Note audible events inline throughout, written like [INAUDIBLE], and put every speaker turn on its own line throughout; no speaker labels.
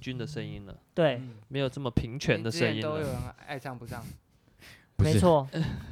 均的声音了，
嗯对，
没有这么平权的
之前
声音
都有
了。
人啊爱上不上，
不
没
是
错，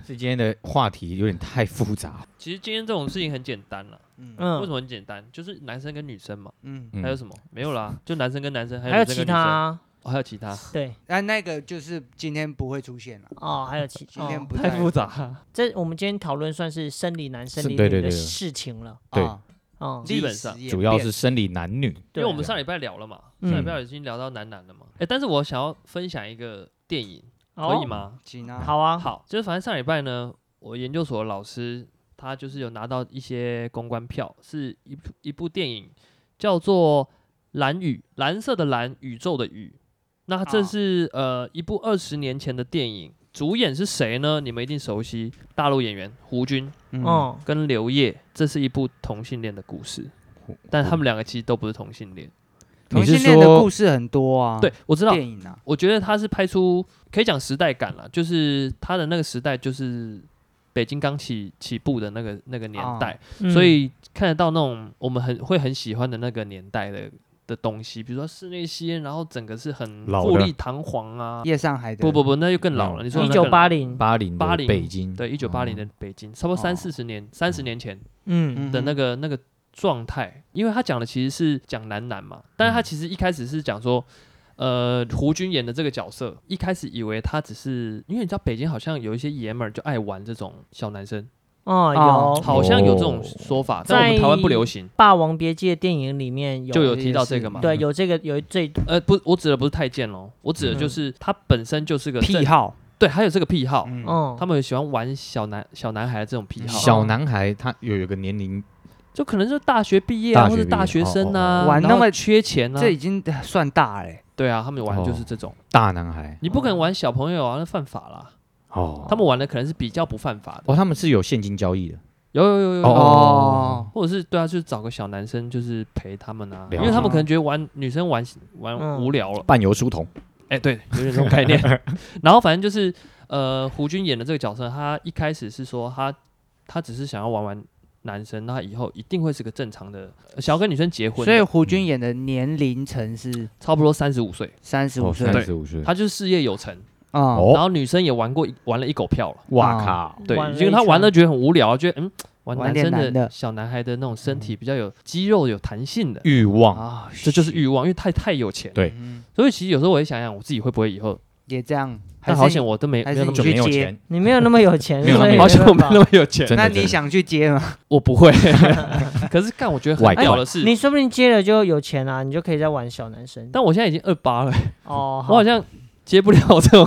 是今天的话题有点太复
[LAUGHS]
杂。
其实今天这种事情很简单了，
嗯
为
嗯，
什么很简单？就是男生跟女生嘛，
嗯，
嗯
还有什么？没有啦，就男生跟男生，还
还有
女生
其
跟
他
女生，
啊，
哦还有其他，
对，
但那个就是今天不会出现了，
哦，还有其
今天
哦，
不
太
在
复杂，
这我们今天讨论算是生理男、生
是
理
对
女
对
的
对对
事情了，
对
啊
嗯，
基本上
历史演
主要
变
是生理男女，
因
对
为我们上礼拜聊了嘛，
嗯
上礼拜已经聊到男男了嘛。哎，但是我想要分享一个电影，可以
哦？
吗？
行啊，
好啊，
好，就是反正上礼拜呢，我研究所的老师他就是有拿到一些公关票，是一部一部电影叫做《蓝宇》，蓝色的蓝，宇宙的宇。那这
啊
是、呃一部二十年前的电影，主演是谁呢？你们一定熟悉大陆演员胡军
嗯，
嗯，
跟刘烨。这是一部同性恋的故事，但他们两个其实都不是同性恋。
同
啊你是
性恋的
说
故事很多啊，
对，，我知道，
电影啊，
我觉得他是拍出可以讲时代感了，就是他的那个时代就是北京刚起起步的那个那个年
啊
代，
嗯
所以看得到那种我们很会很喜欢的那个年代的的东西，比如说室内吸烟，然后整个是很
老的嗯
富丽堂皇啊。
夜上海的
不不不，那就更老了。你说
一
那
九
更
八零，
八零的
80
北京，
对一九八零的北京，差不多三
哦
四十年、三十年前
嗯
的那
个
个、那个状态，因为他讲的其实是讲男男嘛，但是
嗯
他其实一开始是讲说，呃，胡军演的这个角色，一开始以为他只是因为你知道北京好像有一些爷们儿就爱玩这种小男生，
哦，
哦
有《
好像有这种
哦
说法，在我们台湾不流行。
霸王别姬》的电影里面有，
就有提到这个嘛？
对，有这个有这
呃，不，我指的不是太监咯，我指的就是他本身就是个正
嗯癖，好，
对，他有这个癖好，
嗯
嗯，
他们有喜欢玩小男小男孩的这种癖好，
小男孩他有有个年龄，
就可能是大学毕业啊，
大学
或
毕业
者大学生啊，
哦
哦哦玩那
然后
么
缺钱啊
这，哦已经算大欸嘞，
对啊，他们玩的就是这种。
大男孩
你不可能玩小朋友啊，那犯法啦。
哦。
他们玩的可能是比较不犯法的，
哦，他们是有现金交易的，
有有有
哦
有有，
哦，
或者是对啊，就是找个小男生就是陪他们啊，
了解
因为他们可能觉得玩女生玩玩
嗯
无聊了，
半油书童，
哎、对，有点这种概念。然后反正就是呃，胡军演的这个角色，他一开始是说他他只是想要玩玩男生，那他以后一定会是个正常的，呃想要跟女生结婚的，嗯
所以胡军演的年龄层是
差不多三十五岁，
三十五岁
哦三十五岁，
他就是事业有成，
啊，
然
哦，
后女生也玩过一玩了一狗票了。
哇靠，
对
玩，了
因为
一
他玩
圈
的觉得很无聊，觉得嗯，玩
玩
男
点
生
男的
小男孩的那种身体比较有肌肉、有弹性的，
欲望
啊，
这就是欲望，因为太太有钱。
对
嗯
所以其实有时候我也想想，我自己会不会以后？
也这样，还
但
是
好险我都没
还
没
是
有那么
就
你去
没有
接
钱，
你没有那么有钱，
没有那
所
么
以
有
好险我没
办法
那么有钱，
真
那
的真
你
的
想去接
[LAUGHS]
吗？
我不会。可是干，我觉得很
外
屌
挂
的是，
你说不定接了就有钱啊啦，你就可以再玩小男生。
但我现在已经二八了，
哦，
我好像接不了这种。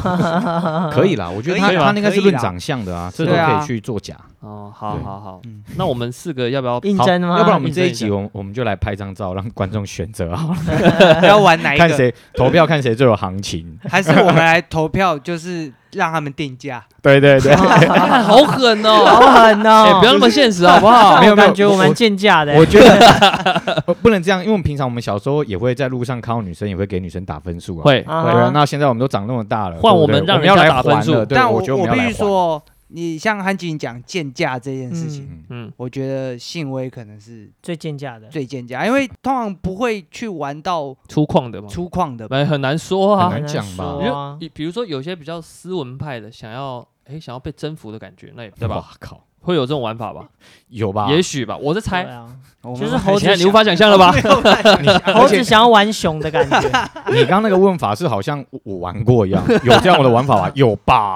可以啦，我觉得他
可以啦
他那个
可
是
以
论
啦
长相的啊，这都
对啊
可以去作假。
哦，好
对
好好
嗯，
那我们四个要不要？
应
好，
征吗？
要不然我们
应
这
征
一
一
集
下
我们我们就来拍张照，让观众选择好了，
要玩哪一
看
个？
谁投票，看谁最有行情。 [LAUGHS]
还是我们来投票，就是让他们定价？
对对对，
干好狠哦！
好狠
[LAUGHS] 哎，
哦！
不要那么现实好不好？
没有
我
没有
感觉我蛮
我
贱价的。
我觉得
[LAUGHS]
呃不能这样，因为我们平常我们小时候也会在路上看到女生，也会给女生打分数啊。
会
啊
对啊，那现在我们都长那么大了，
换
对
我
不对
们让
我们
人
要
家
来
打分
还
数
[LAUGHS] 了对，
但
我
我
觉得们要
必
来
须
还，
说，你像韩景讲贱价这件事情，
嗯
嗯，
我觉得性威可能是
最贱价的，
最贱价，因为通常不会去玩到
粗犷的嘛，
粗犷的吧。
哎，很难说啊
很。难讲
很
吧
难说
因为
啊
比比如说有些比较斯文派的，想要哎、诶想要被征服的感觉，那也对吧？啊
哇靠，
会有这种玩法吧？
有吧？
也许吧，我在
对
猜。
啊
我们
就是猴
你
子
看，你
[LAUGHS]
无
想
法想象了吧？ [LAUGHS]
猴子想要玩熊的感觉，
[LAUGHS] 你刚刚那个问法是好像我我玩过一样，有这样的玩法吧？有
[LAUGHS]
吧？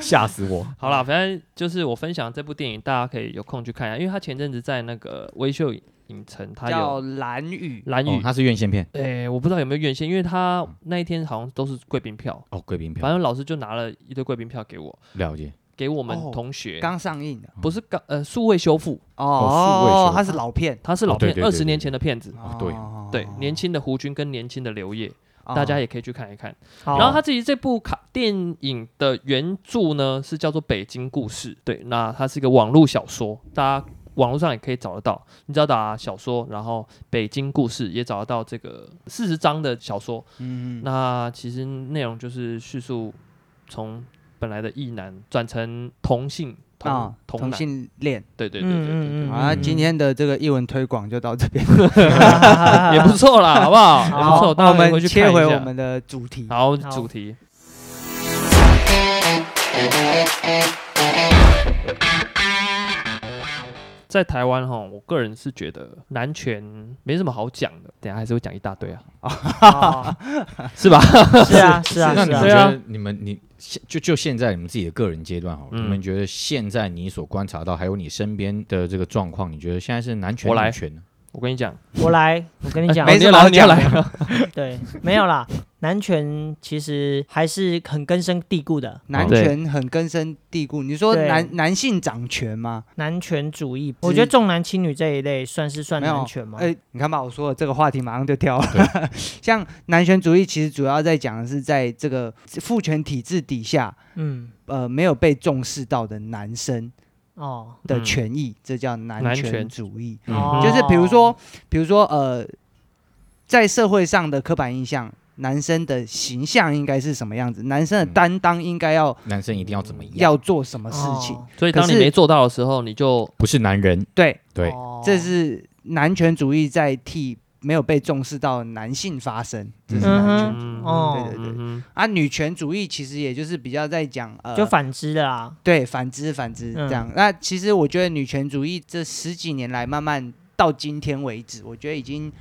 吓死我！
好啦，反正就是我分享这部电影，大家可以有空去看一下，因为他前阵子在那个微秀影城，他
叫
有
蓝雨，
蓝
哦嗯
宇，，
它是院线片
哎、我不知道有没有院线，因为他那一天好像都是贵宾票，
哦，贵宾
反
票
正老师就拿了一堆贵宾票给我，
了解。
给我们
哦
同学，
刚上映的
不是刚呃数位修复，
哦
数位
哦
修，
它是老片，
他是老
哦对
片
对，对
二
对
十、
对
年前的片子，
哦对
对，年轻的胡军跟年轻的刘烨，
哦
大家也可以去看一看。
好
然后他自己这部卡电影的原著呢是叫做《北京故事》，对，那它是一个网络小说，大家网络上也可以找得到。你只要打小说，然后《北京故事》也找得到这个四十章的小说。
嗯
那其实内容就是叙述从本来的异男转成同性同
啊，
同
同
男，
性恋。
对对对对对对
嗯
好，那
嗯
今天的这个译文推广就到这边。
也不错啦，好
[LAUGHS]
不好？也不错，
好，那
大
我
家可以回
们
去
切
看一
回
下
我们的主题。
好
好
主题。在台湾哈，我个人是觉得男权没什么好讲的，等一下还是会讲一大
[LAUGHS]
堆啊，
哦
是吧？
是啊是啊
那
是
你
啊
们
觉
对，啊
得你们你现就就现在你们自己的个人阶段好了，
嗯
你们觉得现在你所观察到，还有你身边的这个状况，你觉得现在是男权
我来
女权呢？
我跟你讲，
我来，我跟你讲
哎，
没
你
事
要来，你要来，
对，没有啦，男权其实还是很根深蒂固的，
男
对
权很根深蒂固。你说
对
男男性掌权吗？
男权主义，
只
我觉得重男轻女这一类算是算
没有
男权吗？
哎、你看吧，我说了这个话题马上就跳了。 [LAUGHS] 像男权主义其实主要在讲的是在这个父权体制底下，
嗯，
呃，没有被重视到的男生
哦，
的
嗯
权益，这叫
男
男
权
权主义。
嗯
哦
就是比如说，比如说呃，在社会上的刻板印象，男生的形象应该是什么样子？男生的
嗯
担当应该要
男生一定要怎么样？
要做什么事情？
哦
所以当你
可是
没做到的时候，你就
不是男人，
对，
对，
哦
这是男权主义在替没有被重视到的男性发声，这是
嗯
男
哼
权主义。
嗯
哦
对对对
嗯
啊，女权主义其实也就是比较在讲呃，
就反之的啦，
对反之反之
嗯
这样。那其实我觉得女权主义这十几年来，慢慢到今天为止，我觉得已经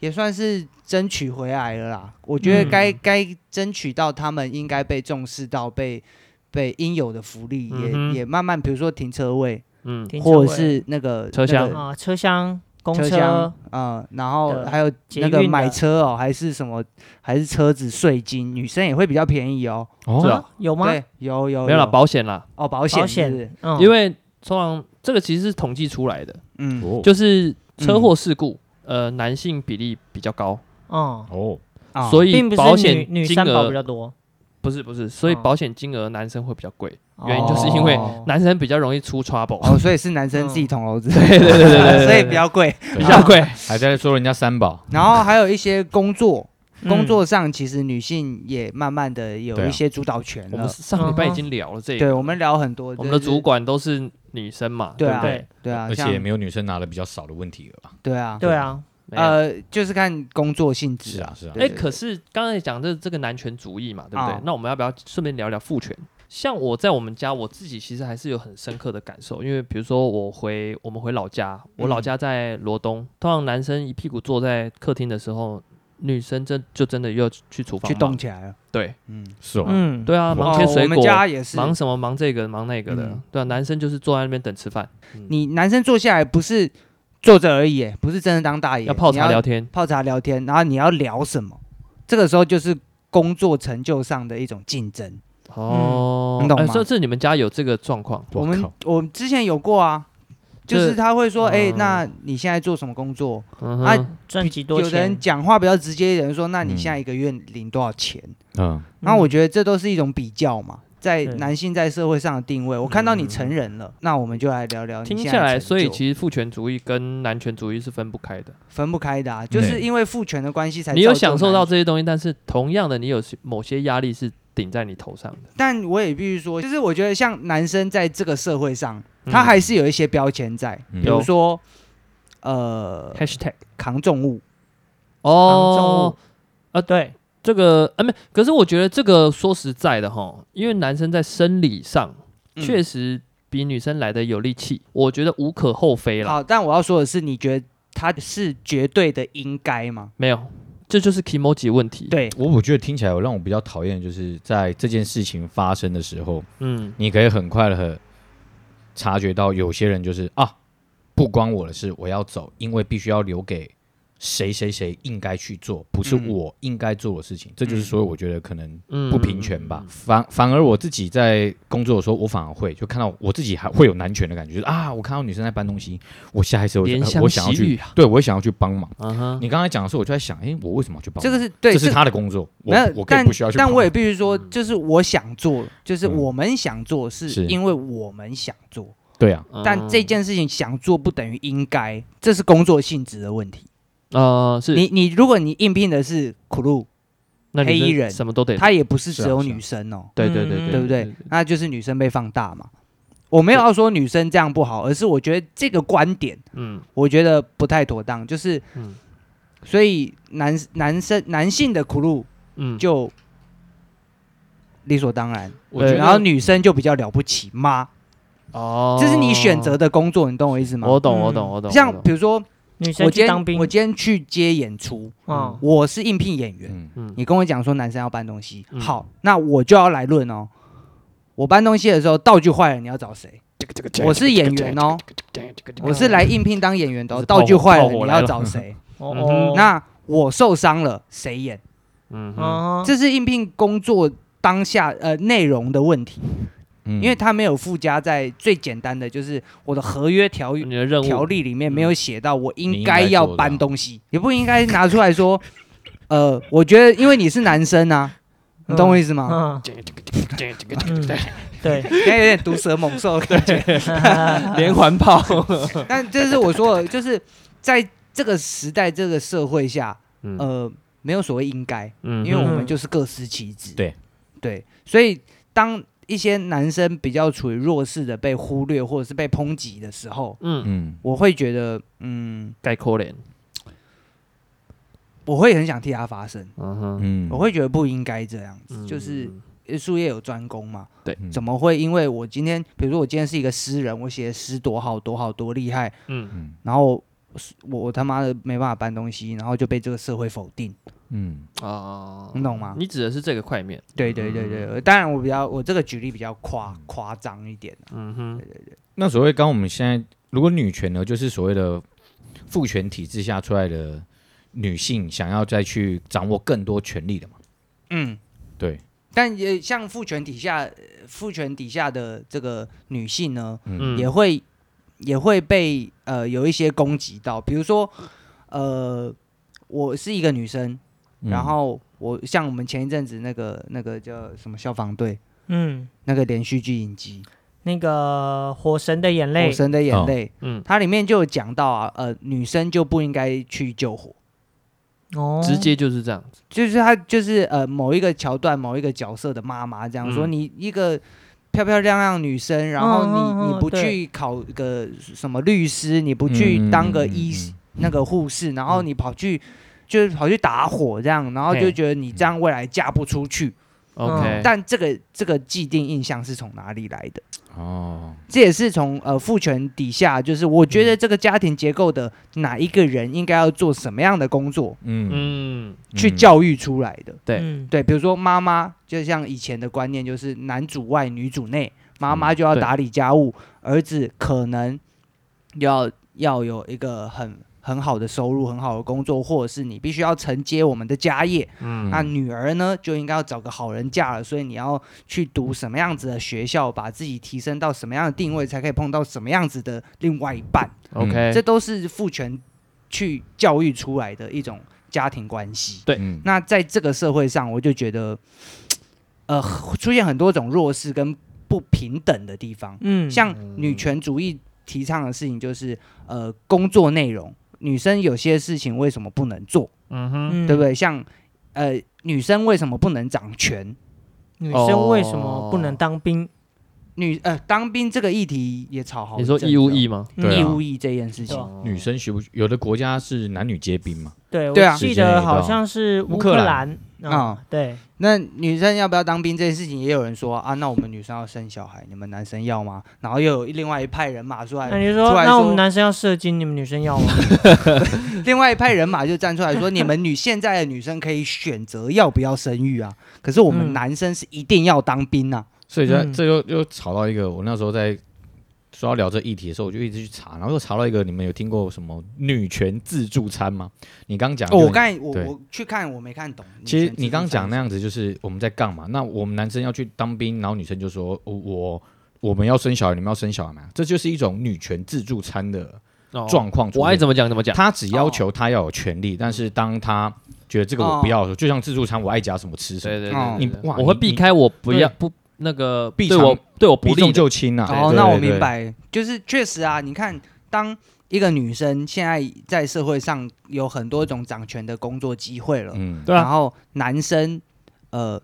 也算是争取回来了啦。我觉得该、
嗯
该争取到他们应该被重视到被被应有的福利，
嗯哼
也也慢慢，比如说停车位，
嗯
停车
或者
位
是那个
车厢
那个
啊，车厢、公
车厢，嗯，然后
的
还有
捷
那个
运
买
的
车哦，还是什么，还是车子税金，女生也会比较便宜哦。
是
哦，
啊，
有吗？
对，有有
没有啦，保险啦，
哦保险
保
是不
险
是，，
嗯，
因为通常这个其实是统计出来的，
嗯
哦
就是车祸事故，呃，男性比例比较高，
嗯，
哦，
啊，
所
并
以
不
保
是女
险
女
金
三宝比
额
较多，
不是不是，所以
嗯
保险金额男生会比较贵，原因就是因为
哦
男生比较容易出 trouble，、
哦，所以是男
嗯
生自己捅娄子，对
对对对对
[LAUGHS]
对对，
所以比较贵。
比较贵，
啊
嗯
还在说人家三宝，
然后还有一些工作，工
嗯
作上其实女性也慢慢的有
对啊
一些主导权
我们
了。
上礼拜已经聊了这个，
嗯对，我们聊很多，
我们的
就是
主，管都是女生嘛，
对啊
不对
对？
对啊，
而且
像
也没有女生拿的比较少的问题了吧？
对啊，
对啊，
没有
呃，就是看工作性
是
质啊。
啊，是啊，
哎、
对对
可是刚才讲这这个男权主义嘛，对不对？
啊
那我们要不要顺便聊聊父权？像我在我们家，我自己其实还是有很深刻的感受，因为比如说我回我们回老家，
嗯
我老家在罗东，通常男生一屁股坐在客厅的时候，女生真就真的又去厨房
去
啊忙
动起来了，
对
嗯，
是哦，
嗯，
对啊，忙切
哦我
水
们
果，
家也是，
忙什么忙这个忙那个的，
嗯
对啊，男生就是坐在那边等吃饭，
你男生坐下来不是坐着而已耶，不是真的当大爷，
要泡茶
你
聊天，
泡茶聊天，然后你要聊什么？这个时候就是工作成就上的一种竞争。
哦，
嗯你懂
哎
吗
这这你们家有这个状况？
我
我们
靠
我们之前有过啊，就
这
是他会说，哎、
嗯
那你现在做什么工作？
嗯哼，
啊
赚几多
有的人
钱，嗯
讲话比较直接一点，说，那你
嗯
现在一个月领多少钱？
嗯，
然后我觉得这都是一种比较嘛。在
对
男性在社会上的定位，我看到你
嗯
成人了，那我们就来聊聊你
听
现
下
在
来，
的成就。
所以其实父权主义跟男权主义是分不开的。
分不开的啊，就是
对
因为父权的关系才
你有
造就
享受
男
到
性
这些东西，但是同样的，你有些某些压力是顶在你头上的。
但我也必须说，就是我觉得像男生在这个社会上，
嗯
他还是有一些标签在，
嗯
比
有
如说，呃，
Hashtag
扛重物，
哦，
对，
这个啊，没，可是我觉得这个说实在的哈，因为男生在生理上
嗯
确实比女生来的有力气，我觉得无可厚非啦。
好，但我要说的是，你觉得他是绝对的应该吗？
没有，这就是 i m o j i 问题。，
对，
我我觉得听起来有让我比较讨厌，就是在这件事情发生的时候，
嗯，
你可以很快的察觉到有些人就是啊，不关我的事，我要走，因为必须要留给谁谁谁应该去做，不是
嗯
我应该做的事情。这就是说，我觉得可能
嗯
不平权吧。。反反而我自己在工作的时候，我反而会就看到我自己还会有男权的感觉，就是啊，我看到女生在搬东西，我下意识我
怜香
我想要
惜玉
去
啊，
对我想要去帮忙。
嗯哼，
你刚才讲的时候，我就在想，诶，我为什么要去帮忙？
这个是对，
这是
个
他的工作，我
没有
我可以
但
不需要去帮
但
忙。
我也必须说，
嗯
就是我想做，就是
嗯
我们想做，是
是
因为我们想做，
对啊，
哦
但这件事情想做不等于应该，这是工作性质的问题。
呃是
你你如果你应聘的是苦路，
那女
黑衣
生
人
什么都得，
他也不是
是啊
只有
是啊
女生哦，
对对对
嗯
对不
对
对？那就是女生被放大嘛。我没有要说女生这样不好，而是我觉得这个观点，
嗯
我觉得不太妥当。就是，
嗯
所以男男生男性的苦路
嗯，
就理所当然，
我觉
对
得
然后女生就比较了不起吗？
哦，
这是你选择的工作，你懂我意思吗？
我懂，我
嗯
懂，我懂。我
像
懂
比如说，
女生
我今
去
天
当兵
我，今天去接演出，
哦
嗯，
我是应聘演员，
嗯，
嗯
你跟我讲说男生要搬东西，
嗯
好，那我就要来论哦。我搬东西的时候道具坏了，你要找谁？我是演员哦，我是来应聘当演员的哦，
是
道具坏了
炮火
你
来
要
了
找谁？
哦
嗯哼
哦，
那我受伤了，谁演？
嗯哼
哦，
这是应聘工作当下呃内容的问题，
因
因为他没有附加在最简单的就是我的合约条
你的任
条
务
例里面
嗯
没有写到我应
应
该
该
要
做的
搬
啊
东西，也不应该拿出来说。呃，我觉得因为你是男生啊，你懂我意思吗？
嗯，对，
现在有点毒蛇猛兽的感觉。
[LAUGHS] 连环炮，
但这是我说的，就是在这个时代、这个社会下，
嗯
呃，没有所谓应该，
嗯
因为我
哼
们就是各司其职。
对
对，所以当一些男生比较处于弱势的被忽略或者是被抨击的时候，
嗯
嗯，
我会觉得，嗯，
概括脸，
我会很想替他发声，
嗯哼，
嗯，
我会觉得不应该这样子，
嗯
就是。术业有专攻嘛，
嗯
怎么会因为我今天，比如说我今天是一个诗人，我写的诗多好多好多厉害，
嗯
嗯
然后我我他妈的没办法搬东西，然后就被这个社会否定，
嗯
哦，
你懂吗？
你指的是这个块面，
对对对对，呃当然我比较我这个举例比较夸夸张一点啊、
嗯哼，
那所谓刚我们现在，如果女权呢，就是所谓的父权体制下出来的女性，想要再去掌握更多权利的嘛？
嗯，
对，
但也像父权底下呃父权底下的这个女性呢，
嗯，
也会也会被呃有一些攻击到，比如说呃我是一个女生，
嗯
然后我像我们前一阵子那个那个叫什么消防队
[LAUGHS] 嗯，
那个连续剧影集
那个《火神的眼
《
泪
火》，神的眼
哦
泪》
嗯，
它里面就有讲到啊，呃，女生就不应该去救火，
哦，
直接就是这样子，
就是她就是呃某一个桥段某一个角色的妈妈这样说，
嗯
你一个漂漂亮亮的女生，然后
嗯
你、
嗯
你
嗯
不
对
去考个什么律师，你不
嗯
去当个
嗯嗯
医、
嗯
那个护士，然后
嗯
你跑去。就是跑去打火这样，然后就
嘿
觉得你这样未来嫁不出去。
，OK，
但这个这个既定印象是从哪里来的？
哦，
这也是从呃父权底下，就是我觉
嗯
得这个家庭结构的哪一个人应该要做什么样的工作，
嗯
嗯，
去教育出来的。
对
嗯，
对，比如说妈妈，就像以前的观念就是男主外女主内，妈妈
嗯
就要
对
打理家务，儿子可能要要有一个很很好的收入、很好的工作，或者是你必须要承接我们的家业。
嗯，
那女儿呢，就应该要找个好人嫁了，所以你要去读什么样子的学校，把自己提升到什么样的定位，才可以碰到什么样子的另外一半。
OK，
这都是父权去教育出来的一种家庭关系。
对
嗯
那在这个社会上，我就觉得，呃，出现很多种弱势跟不平等的地方。
嗯，
像女权主义提倡的事情，就是呃，工作内容，女生有些事情为什么不能做，
嗯哼，
嗯
对不？对？像呃，女生为什么不能掌权？
女生为什么不能
哦
当兵？
女呃，当兵这个议题也吵好一
你
阵
说
子哦。
义务役吗？
对啊
义务役这件事情，
哦
女生需不有的国家是男女皆兵嘛？
对，
对啊
我记得好像是乌克兰
啊
啊，对，
那女生要不要当兵这件事情，也有人说啊，那我们女生要生小孩，你们男生要吗？然后又有另外一派人马出来，
那你
出
说，
来
那我
哎说
们男生要射精，你们女生要吗？
另外一派人马就站出来说，你们女现在的女生可以选择要不要生育啊，可是我们
嗯
男生是一定要当兵啊。
所以这、
嗯
这又又吵到一个，我那时候在说要聊这议题的时候，我就一直去查，然后又查到一个，你们有听过什么女权自助餐吗？你刚讲的
哦我
就很
刚才我
啊对
我去看我没看懂。
其
选
实
自
你
助
刚
餐
讲那样子，就是我们在杠嘛。那我们男生要去当兵，然后女生就说：“哦我我们要生小孩，你们要生小孩嘛。”这就是一种女权自助餐的
哦
状况出现。
我爱怎么讲怎么讲，
他只要
哦
求他要有权利，但是当他觉得这个我不要的时候，就像自助餐，我爱夹什么吃什么，
对对
哦
对，对
你哇
我会
你
避
你
开我不要不那个
避
对我
长
对我不
不
利
重
的，
就轻呐、啊。
哦，
对
那我
对对
明白，就是确实啊，你看，当一个女生现在在社会上有很多种掌权的工作机 [LAUGHS]
啊
会了，
嗯，
对啊
然后男生呃，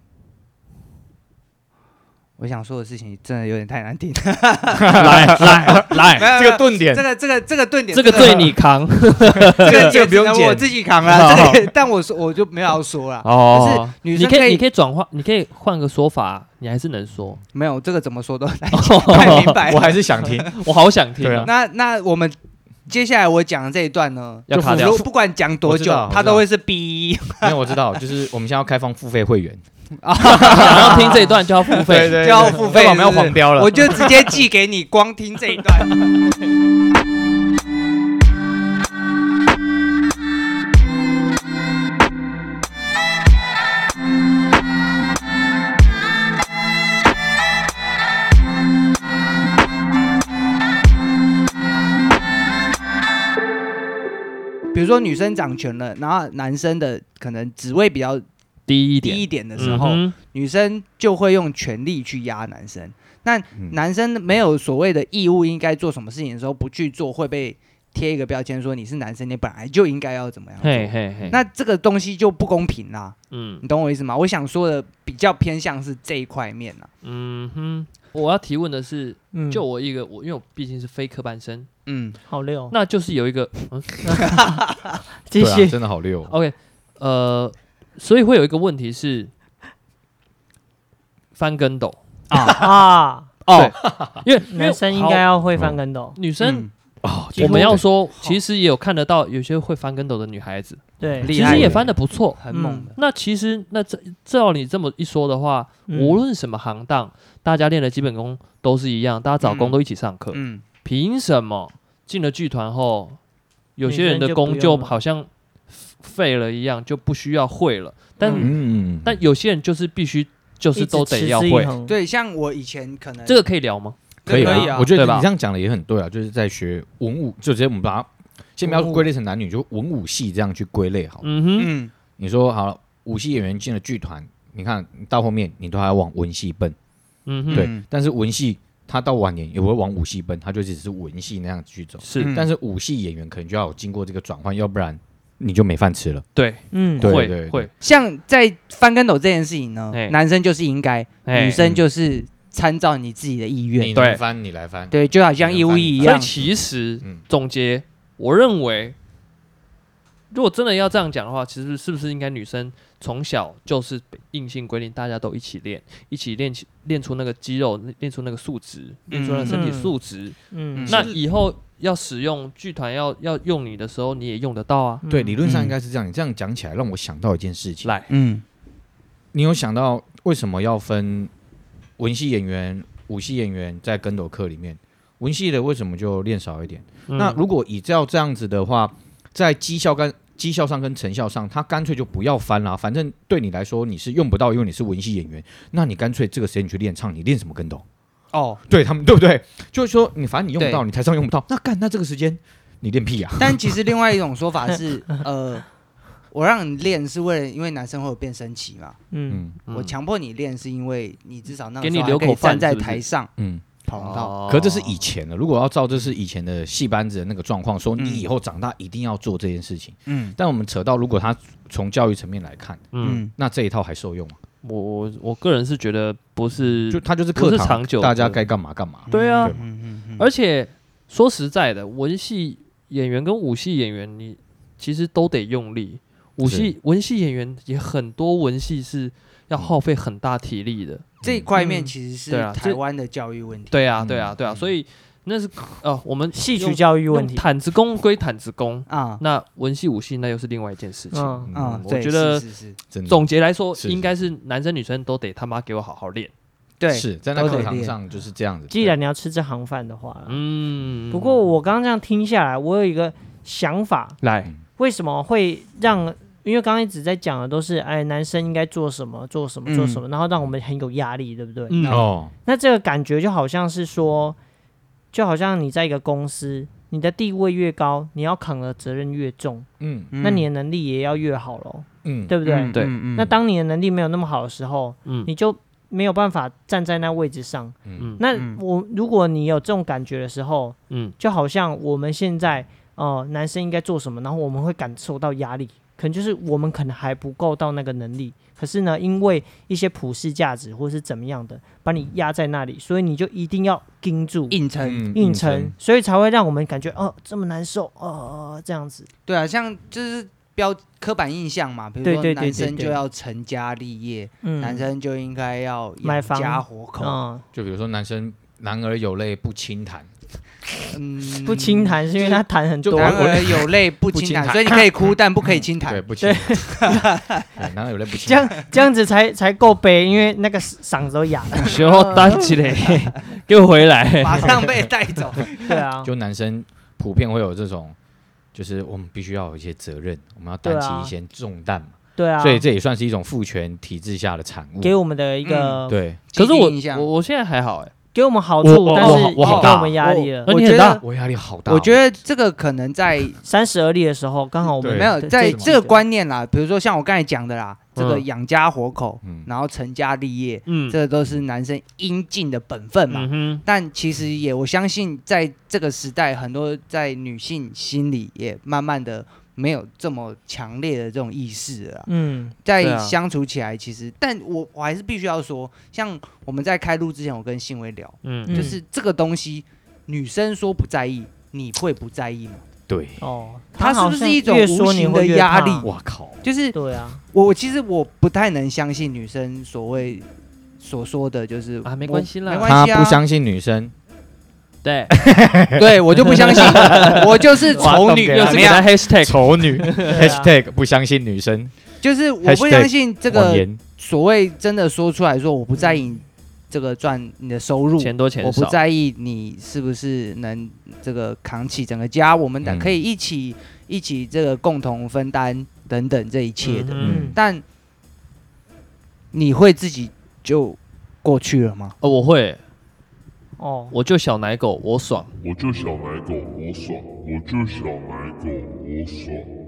我想说的事情真的有点太难听，
[LAUGHS]
[LAUGHS]
来来来，
没有
这个顿
这，
点 [LAUGHS]
个这个这个顿点，
这个对你扛
这个
这个不用
剪，
剪
我自己扛了。这个，但我说我就没有要说了。可
哦
是。女
你
生
可以，
以
你可以转换，你可以换个说法，你还是能
[LAUGHS]
说。
没有这个怎么说都太明白了。
我还是想听。
我好想听
对啊
那那我们接下来我讲的这一段呢，
要卡掉
如不管讲多
我知
久
道，
它
我知道
都会是 B。
因为我知道，就是我们现在要开放付费会员，
[LAUGHS] 想要听这一段就要付费。
对
就要付费
要不然我们
是不
要
是
黄标了。
我就直接寄给你，光听这一段。比如说女生掌权了，然后男生的可能职位比较
低一
低一
点
点
嗯
的
的
时候，女生就会用权力去压男生。那
嗯
男生没有所谓的义务应该做什么事情的时候不去做，会被贴一个标签说你是男生，你本来就应该要怎么样
嘿
做。
嘿嘿，
那这个东西就不公平啦，
嗯
你懂我意思吗？我想说的比较偏向是这一块面啦。
嗯哼，我要提问的是，
嗯，
就我一个，我因为我毕竟是非科班生，
嗯，
好六，
那就是有一个嗯
继
对啊
续，
真的好溜哦。
OK，呃，所以会有一个问题是翻跟斗，
啊，
哦，因为因为
男生应
好
该要会翻跟斗，
女生
嗯，
哦
我们要
对
说，其实也有看得到有些会翻跟斗的女孩子，
嗯
对，
厉
其
害
实也
耶
翻的不错。
很猛的。
那其实那这照你这么一说的话，
嗯
无论什么行当，大家练的基本功都是一样，大家早功
嗯
都一起上课，
嗯，
凭什么进了剧团后，有些人
女生
的
就
功
不
就
用了
好像废了一样，就不需要会了？但、
嗯
嗯，
但有些人就是必须，就是
一直
都得
持
要
之以
会。
恒，
对，像我以前可能
这个可以聊吗？
可以
可
啊
以啊
我觉得
对吧
你这样讲的也很对啊，就是在学文武，就直接我们把它先不要
文武
归类成男女，就文武系这样去归类好了。
嗯哼，
嗯，
你说好了，武戏演员进了剧团，你看到后面你都还要往文戏奔，
嗯哼，
对
嗯，
但是文戏他到晚年也不会往武戏奔，他就只是文戏那样子去走。
是，
嗯
但是武戏演员可能就要有经过这个转换，要不然你就没饭吃了。
对，
嗯，
对
会
对
会，
像在翻跟斗这件事情呢
哎，
男生就是应该，
哎
女生就是参照你自己的意
你
愿。
对
来翻，你来翻。
对，就好像义务役一
所以
样。
其实
嗯，
总结，我认为，如果真的要这样讲的话，其实是不是应该女生从小就是硬性规定，大家都一起练，一起练起练出那个肌肉，练出那个素质，练出那个身体
嗯
素质。
嗯，
那
是
以后要使用剧团要要用你的时候，你也用得到啊。
对，
嗯
理论上
嗯
应该是这样。你这样讲起来，让我想到一件事情。
来，
嗯
你有想到为什么要分文戏演员、武戏演员在跟斗课里面？文戏的为什么就练少一点？那
嗯
如果依照这样子的话，在绩效跟绩效上跟成效上，他干脆就不要翻啦。反正对你来说你是用不到，因为你是文戏演员，那你干脆这个时间你去练唱，你练什么跟斗？
哦，
对他们对不对？就是说你反正你用不到，
对
你台上用不
嗯
到，那干那这个时间你练屁呀、
但其实另外一种说法是，呃，我让你练是为了，因为男生会有变声期嘛。
嗯，
嗯
嗯
我强迫你练是因为你至少那个
给
时
你
候
留
还可以
口饭
站在
是不是
台上
嗯。
跑道。
哦
可这是以前的，如果要照这是以前的戏班子的那个状况，说你以后长大一定要做这件事情。
嗯
但我们扯到，如果他从教育层面来看，
嗯，
嗯
那这一套还受用吗？
我我我个人是觉得不是
就他就是
嗯不
课
是
堂
长，久的，
大家该干嘛干嘛。
对啊
对
嗯嗯嗯
而且说实在的，文戏演员跟武戏演员，你其实都得用力。武戏文戏演员也很多，文戏是要耗费很大体力的。
这一块面
嗯
其实是
对啊这
台湾的教育问题。
对啊，
嗯
对啊，对啊，所以那是呃，我们
戏曲
用
教育
用
问题，
毯子功归毯子功，
啊
那文戏武戏那又是另外一件事情。
嗯，
啊，
我
对
觉得
是是是
真的
总结来说，
是
应该是男生女生都得他妈给我好好练。
对，
是在那
都得
课堂
练
上就是这样子。
既然你要吃这行饭的话，
嗯，
不过我刚刚这样听下来，我有一个想法，
来，
为什么会让？因为刚刚一直在讲的都是，哎，男生应该做什么，做什么，
嗯
做什么，然后让我们很有压力，对不对？
嗯
哦，
那这个感觉就好像是说，就好像你在一个公司，你的地位越高，你要扛的责任越重，
嗯
嗯
那你的能力也要越好咯，
嗯，
对不对？
嗯
对
嗯嗯
那当你的能力没有那么好的时候，
嗯
你就没有办法站在那位置上。
嗯
那
嗯
我如果你有这种感觉的时候，
嗯
就好像我们现在呃，男生应该做什么，然后我们会感受到压力。可能就是我们可能还不够到那个能力，可是呢，因为一些普世价值或是怎么样的，把你压在那里，所以你就一定要盯住。
硬撑。
嗯
硬撑，所以才会让我们感觉哦这么难受哦这样子。
对啊，像就是标刻板印象嘛，比如
对
说
对对
男
对
生
对
就要成家立业，
嗯，
男生就应该要
买
养
房
家活口，
嗯，
就比如说男生男儿有泪不轻弹，
嗯， [LAUGHS]
不轻弹是因为他弹很多
就，
男
我
儿有泪不轻
不轻
弹，
弹
所以你可以哭，但不可以轻
对，
弹。
不轻弹， [LAUGHS] 对男儿有泪不
这
轻
样
弹。
[LAUGHS] 这样子才才够悲，因为那个嗓子都哑
[LAUGHS]
了。
学后单起来，给我回来。
马上被带走，
对啊，
就男生普遍会有这种，就是我们必须要有一些责任，我们要
对
担
啊
起一些重担嘛。
对啊，
所以这也算是一种父权体制下的产物。
给我们的一个、
嗯对，
可是我
积极影响
我我现在还好哎，
给我们好
我
处，
我
但
我
是
好
也给
我好
我
大
们压力了。
那
我
你
觉
很大
得，
我压力好大哦。
我觉得这个可能在
三十而立的时候，刚好我们
对
没有
对
在
种
这个观念啦，比如说像我刚才讲的啦，这个
嗯
养家活口，
嗯，
然后成家立业，
嗯
这都是男生应尽的本分嘛。
嗯哼，
但其实也，我相信在这个时代，很多在女性心里也慢慢的没有这么强烈的这种意识了啦。
嗯
对
在
啊
相处起来，其实，但我我还是必须要说，像我们在开录之前，我跟信威聊，
嗯
嗯
就是这个东西，女生说不在意，你会不在意吗？
对，
哦，
它是
好
不是
像
一种
越说
无
你
形
会
的
越
压
怕
力
我靠，
就是
对
[LAUGHS]
啊，
我我其实我不太能相信女生所谓所说的，就是
啊
我
没关系啦
没
他
关系啊，
不
[LAUGHS]
相信女生，
[LAUGHS] 对，
对我就不相信， [LAUGHS] 我就是丑女
又
怎
是
么
给
样
他？hashtag，
[LAUGHS] 丑女
对啊
，#hashtag 不相信女生，
就是我不
Hashtag
相信这
谎
个
言
所谓真的说出来说，我不在意你这个赚你的收入，
钱多钱
我不
少，
在意你是不是能这个扛起整个家，我们的
嗯
可以一起一起这个共同分担等等这一切的，
嗯
嗯
哼，
但你会自己就过去了吗？
哦，我会，
哦，
我就小奶狗，我爽。
我就小奶狗，我爽；我就小奶狗，我爽。